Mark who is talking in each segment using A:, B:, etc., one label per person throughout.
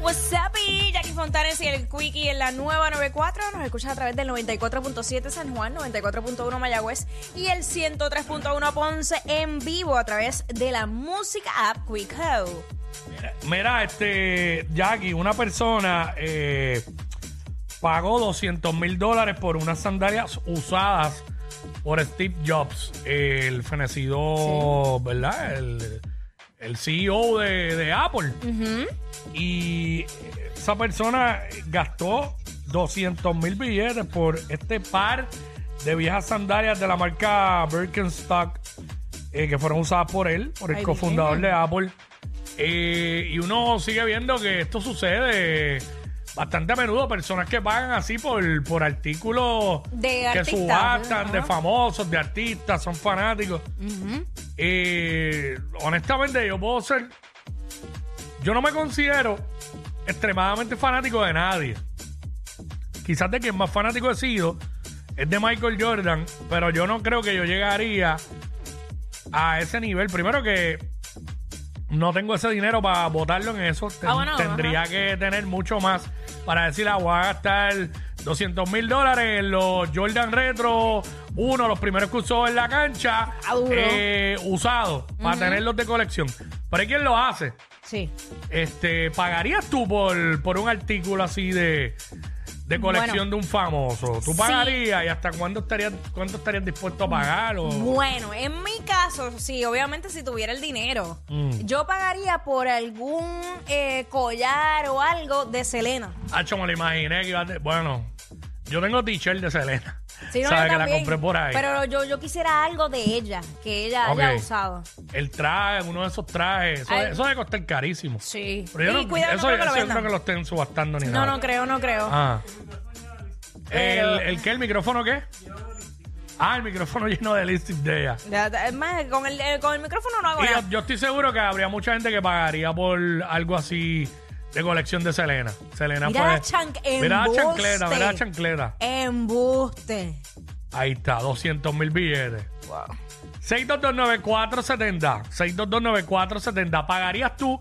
A: What's up, y Jackie Fontanes y el Quickie en la nueva 94. Nos escuchas a través del 94.7 San Juan, 94.1 Mayagüez y el 103.1 Ponce en vivo a través de la música app Quicko.
B: Mira, este, Jackie, una persona eh, pagó 200 mil dólares por unas sandalias usadas por Steve Jobs, eh, el fenecido, ¿verdad? El, el CEO de, de Apple. Y esa persona gastó 200 mil billetes por este par de viejas sandalias de la marca Birkenstock eh, que fueron usadas por él, por el
A: Ay,
B: cofundador
A: bien.
B: de Apple. Eh, y uno sigue viendo que esto sucede bastante a menudo, personas que pagan así por, por artículos
A: De
B: que
A: artistas,
B: subastan,
A: ajá.
B: de famosos, de artistas, son fanáticos. Eh, honestamente, yo puedo ser. Yo no me considero extremadamente fanático de nadie. Quizás de quien más fanático he sido es de Michael Jordan, pero yo no creo que yo llegaría a ese nivel. Primero que no tengo ese dinero para botarlo en eso. Ten-
A: Ah, bueno,
B: Tendría que tener mucho más para decir, ah, voy a gastar 200 mil dólares en los Jordan Retro, uno, los primeros que usó en la cancha,
A: Ah, duro.
B: eh, usado, para tenerlos de colección. Pero hay quien lo hace.
A: Sí.
B: Este, ¿Pagarías tú por, por un artículo así de, de colección de un famoso? ¿Tú
A: Sí.
B: pagarías? ¿Y hasta cuándo estarías, cuánto estarías dispuesto a pagar? O...
A: Bueno, en mi caso, sí, obviamente si tuviera el dinero,
B: Mm.
A: yo pagaría por algún eh, collar o algo de Selena.
B: Hacho, me lo imaginé que iba a te- Bueno, yo tengo t-shirt de Selena.
A: Sí, no,
B: ¿Sabes
A: yo
B: que la
A: también,
B: compré por ahí?
A: Pero yo, yo quisiera algo de ella, que ella haya
B: Ok.
A: usado.
B: El traje, uno de esos trajes. Eso,
A: Ay.
B: eso debe costar carísimo.
A: Sí.
B: Pero yo
A: y
B: no,
A: cuidado,
B: eso,
A: no creo que lo
B: eso yo creo
A: vendan.
B: que lo estén subastando ni
A: No,
B: nada.
A: no creo, no creo.
B: Ah.
A: Pero-
B: ¿El, ¿El qué? ¿El micrófono qué? Ah, el micrófono lleno de lipstick de ella.
A: Ya, ya, Es más, con el, eh, con el micrófono no hago
B: Y
A: nada.
B: yo, yo estoy seguro que habría mucha gente que pagaría por algo así de colección de Selena. Selena
A: Mira
B: fue.
A: la chan-
B: mira la
A: embuste.
B: chancleta, mira la chancleta.
A: Embuste.
B: Ahí está, 200 mil billetes. 6229470. 6229470. ¿Pagarías tú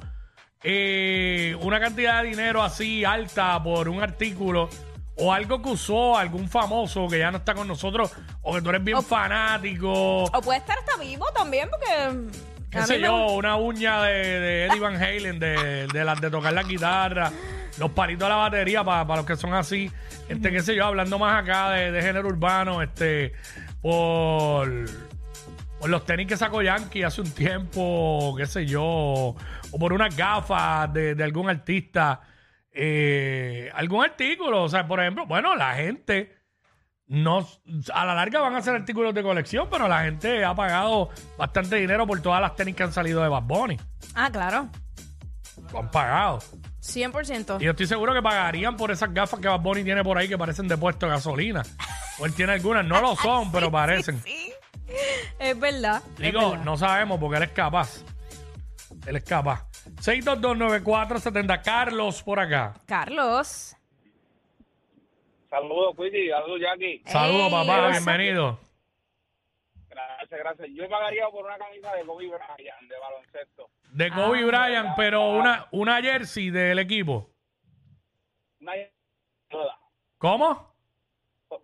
B: eh, una cantidad de dinero así alta por un artículo o algo que usó algún famoso que ya no está con nosotros o que tú eres bien fanático?
A: O puede estar hasta vivo también, porque.
B: ¿Qué
A: a mí
B: sé
A: me
B: yo? Una uña de, de Eddie Van Halen, de, de las de tocar la guitarra, los palitos de la batería para, para los que son así. Este, qué sé yo, hablando más acá de, de género urbano, este, por, por los tenis que sacó Yankee hace un tiempo, qué sé yo, o por unas gafas de, de algún artista, eh, algún artículo, o sea, por ejemplo, bueno, la gente no a la larga van a ser artículos de colección, pero la gente ha pagado bastante dinero por todas las tenis que han salido de Bad Bunny.
A: Ah, claro.
B: Lo han pagado.
A: 100%.
B: Y yo estoy seguro que pagarían por esas gafas que Bad Bunny tiene por ahí que parecen de puesto de gasolina. O él tiene algunas, no lo son, pero parecen.
A: Sí. Es verdad. es
B: Digo,
A: verdad.
B: no sabemos porque él es capaz. Él es capaz. 6229470 Carlos por acá.
A: Carlos.
C: Saludos, Quickie. Saludos, Jackie.
B: Saludos,
A: Ey,
B: papá,
A: what's up?
B: bienvenido.
C: Gracias, gracias. Yo pagaría por una camisa de Kobe Bryant, de baloncesto.
B: De Kobe
A: Ah.
B: Bryant, pero una, una jersey del equipo.
C: Una toda.
B: ¿Cómo?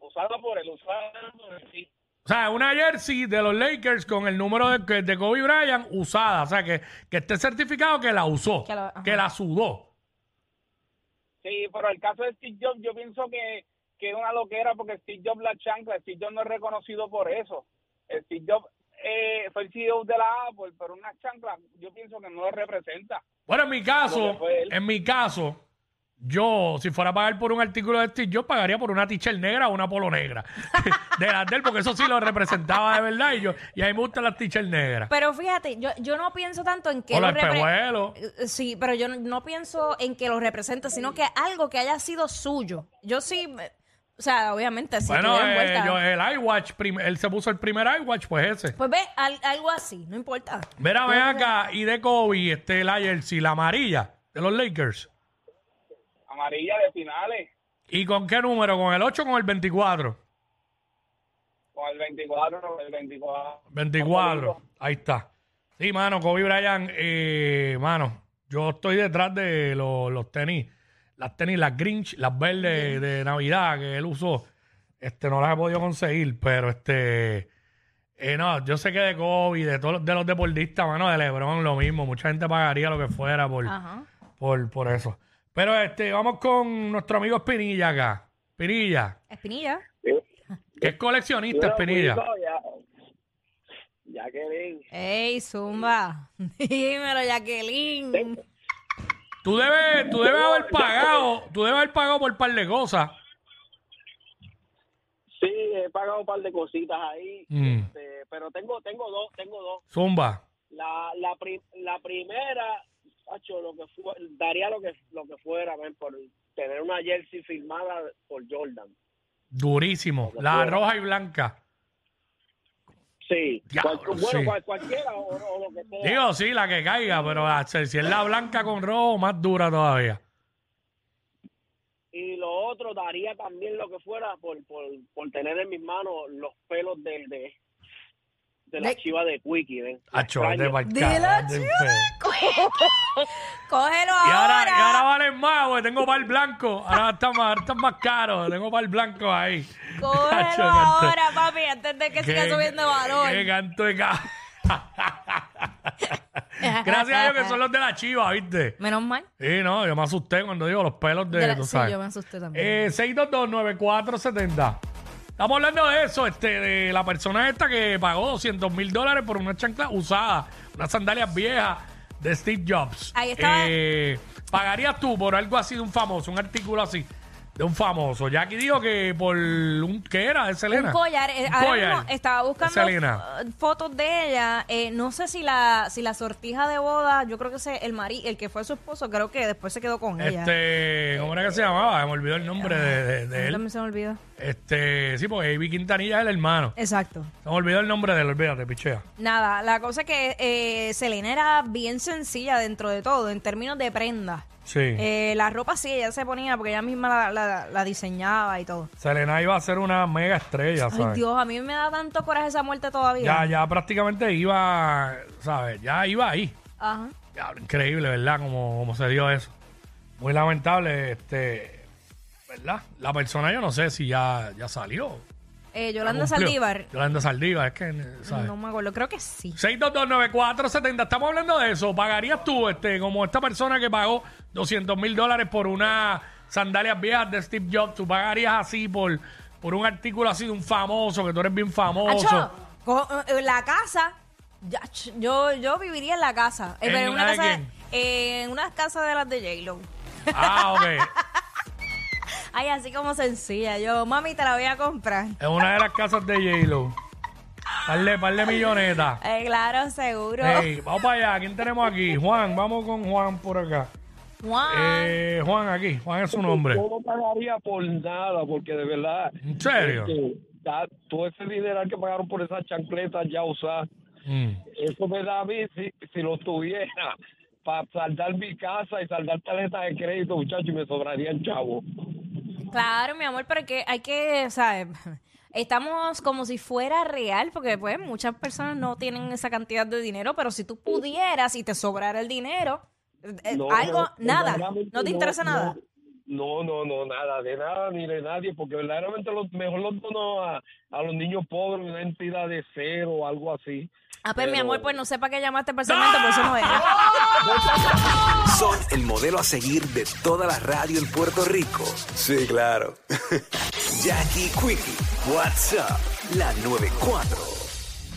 C: Usada por el usado por el sí.
B: O sea, una jersey de los Lakers con el número de, que- de Kobe Bryant usada. O sea, que, que esté certificado que la usó,
A: Que
B: que,
A: la- ajá.
B: la sudó.
C: Sí, pero el caso de Steve Jobs, yo pienso que, que es una loquera porque Steve Jobs la chancla. Steve Jobs no es reconocido por eso. Steve Jobs eh, fue el CEO de la Apple, pero una chancla yo pienso que no lo representa.
B: Bueno, en mi
C: Lo
B: caso,
C: que fue él.
B: en mi caso, yo, si fuera a pagar por un artículo de Steve, yo pagaría por una t-shirt negra o una polo negra. de la de él, porque eso sí lo representaba de verdad. Y, yo, y a mí me gustan las t-shirts negras.
A: Pero fíjate, yo, yo no pienso tanto en Pues, que.
B: O
A: lo
B: los
A: repre-
B: espejuelos.
A: Eh, Sí, pero yo no, no pienso en que lo represente, sino que algo que haya sido suyo. Yo sí, me- o sea, obviamente, si
B: Bueno,
A: tuvieran
B: eh,
A: vuelta.
B: yo- el iWatch, prim- él se puso el primer iWatch, pues ese.
A: Pues ve, al- algo así, no importa.
B: Mira, ven
A: Pues,
B: acá, y de Kobe, este, la jersey, la amarilla de los Lakers.
C: Amarilla de finales,
B: ¿Y con qué número? ¿Con el 8 o con el 24?
C: con el 24, el 24.
B: 24. Ahí está. Sí, mano, Kobe Bryant, eh, mano, Yo estoy detrás de lo- los tenis, las tenis, las Grinch, las verdes de Navidad que él usó. Este, no las he podido conseguir, pero este, eh, no, yo sé que de Kobe, de todos los- de los deportistas, mano, de LeBron, lo mismo. Mucha gente pagaría lo que fuera por,
A: Ajá.
B: por, por eso. Pero este, vamos con nuestro amigo Espinilla acá. Espinilla,
A: Espinilla.
B: que es coleccionista, Espinilla.
C: Ya, ya que ven.
A: Ey, Zumba. Dímelo, Jacqueline.
B: Tú debes, tú debes haber pagado, tú debes haber pagado por un par de cosas.
C: Sí, he pagado un par de cositas ahí,
B: Mm.
C: este, pero tengo tengo dos, tengo dos.
B: Zumba.
C: La, la, pri- la primera, macho, lo que fue, daría lo que lo que fuera, ven, por tener una jersey firmada por Jordan.
B: Durísimo.
C: Lo
B: La
C: puedo.
B: roja y blanca.
C: Sí,
B: Diablo,
C: cual- bueno,
B: sí.
C: cual- cualquiera o, o lo que sea.
B: Digo, sí, la que caiga, pero la- si es la blanca con rojo, más dura todavía.
C: Y lo otro daría también lo que fuera por, por, por tener en mis manos los pelos del de, de la
A: De-
C: chiva de Quickie, ven.
B: Acho,
C: Extraño.
B: vete pa'l
A: Dile,
B: carajo,
A: chico.
B: fe.
A: Cógelo
B: y ahora,
A: ahora.
B: y ahora valen más, güey. Tengo par blanco. Ahora están más, están más caros. Tengo par blanco ahí. Acho,
A: Cógelo
B: canto-
A: ahora, papi, antes de que siga
B: qué-
A: subiendo valor.
B: Qué canto de ca- Gracias a Dios que son los de la chiva, ¿viste?
A: Menos mal.
B: Sí, no, yo me asusté cuando digo los pelos de,
A: De la-
B: tú
A: sí,
B: sabes.
A: yo me asusté también.
B: Eh, 6229470. Estamos hablando de eso, este, de la persona esta que pagó 200 mil dólares por una chancla usada, unas sandalias viejas de Steve Jobs.
A: Ahí estaba.
B: Eh, ¿Pagarías tú por algo así de un famoso, un artículo así de un famoso? Jackie dijo que por un... ¿Qué era? ¿Es Selena?
A: Un collar. eh,
B: Un
A: ahora
B: collar.
A: mismo estaba buscando
B: Selena.
A: eh, fotos de ella. eh, no sé si la, si la sortija de boda, yo creo que ese, el mari, el que fue su esposo, creo que después se quedó con ella.
B: Este, ¿Cómo era que se llamaba? Me olvidó el nombre de, de- de
A: A mí
B: él.
A: También se me olvidó.
B: Este, sí, porque Avi Quintanilla es el hermano.
A: Exacto.
B: Se me olvidó el nombre de él, olvídate, pichea.
A: Nada, la cosa es que eh, Selena era bien sencilla dentro de todo, en términos de prenda.
B: Sí.
A: Eh, la ropa sí, ella se ponía porque ella misma la, la- la diseñaba y todo.
B: Selena iba a ser una mega estrella,
A: Ay,
B: ¿sabes?
A: Dios, a mí me da tanto coraje esa muerte todavía.
B: ya, ya prácticamente iba, ¿sabes? Ya iba ahí.
A: Ajá.
B: Ya, increíble, ¿verdad? Como, como se dio eso. Muy lamentable, este, ¿verdad? La persona yo no sé si ya, ya salió.
A: Eh,
B: Ya
A: Yolanda
B: cumplió.
A: Saldívar.
B: Yolanda Saldívar, es que, ¿sabes?
A: No me acuerdo, creo que sí.
B: 6229470, estamos hablando de eso. ¿Pagarías tú, este, como esta persona que pagó 200 mil dólares por unas sandalias viejas de Steve Jobs? ¿Tú pagarías así por, por un artículo así de un famoso, que tú eres bien famoso?
A: Acho, co- eh, la casa. ya, ch- Yo, yo viviría en la casa. Eh,
B: ¿En
A: pero en una
B: una de
A: casa.
B: quién?
A: eh, en una casa de las de J-Lo.
B: Ah, ok.
A: Ay, así como sencilla. Yo, mami, te la voy a comprar.
B: Es una de las casas de J-Lo. Par de, par de millonetas.
A: Eh, claro, seguro.
B: Ey, vamos para allá. ¿Quién tenemos aquí? Juan, vamos con Juan por acá.
A: Juan.
B: Eh, Juan aquí, Juan es su nombre.
D: Yo no pagaría por nada, porque de verdad,
B: ¿En serio?
D: este, da- todo ese dineral que pagaron por esas chancletas ya usadas,
B: Mm.
D: eso me da a mí, si, si lo tuviera, para saldar mi casa y saldar tarjetas de crédito, muchachos, y me sobrarían chavo.
A: Claro, mi amor, pero que hay que, ¿sabes? Estamos como si fuera real, porque pues muchas personas no tienen esa cantidad de dinero, pero si tú pudieras y te sobrara el dinero, eh,
D: No,
A: algo,
D: no,
A: nada,
D: verdaderamente
A: no te interesa
D: no,
A: nada.
D: No, no, no, nada, de nada ni de nadie, porque verdaderamente lo, mejor los dono a, a los niños pobres, una entidad de cero o algo así.
A: Ah, pues mi
D: Pero- ¡Ah!
A: amor, pues no sé para qué llamaste personalmente, por pues, eso no era.
E: Son el modelo a seguir de toda la radio en Puerto Rico. Sí, claro. Jackie Quickie, WhatsApp, la 94.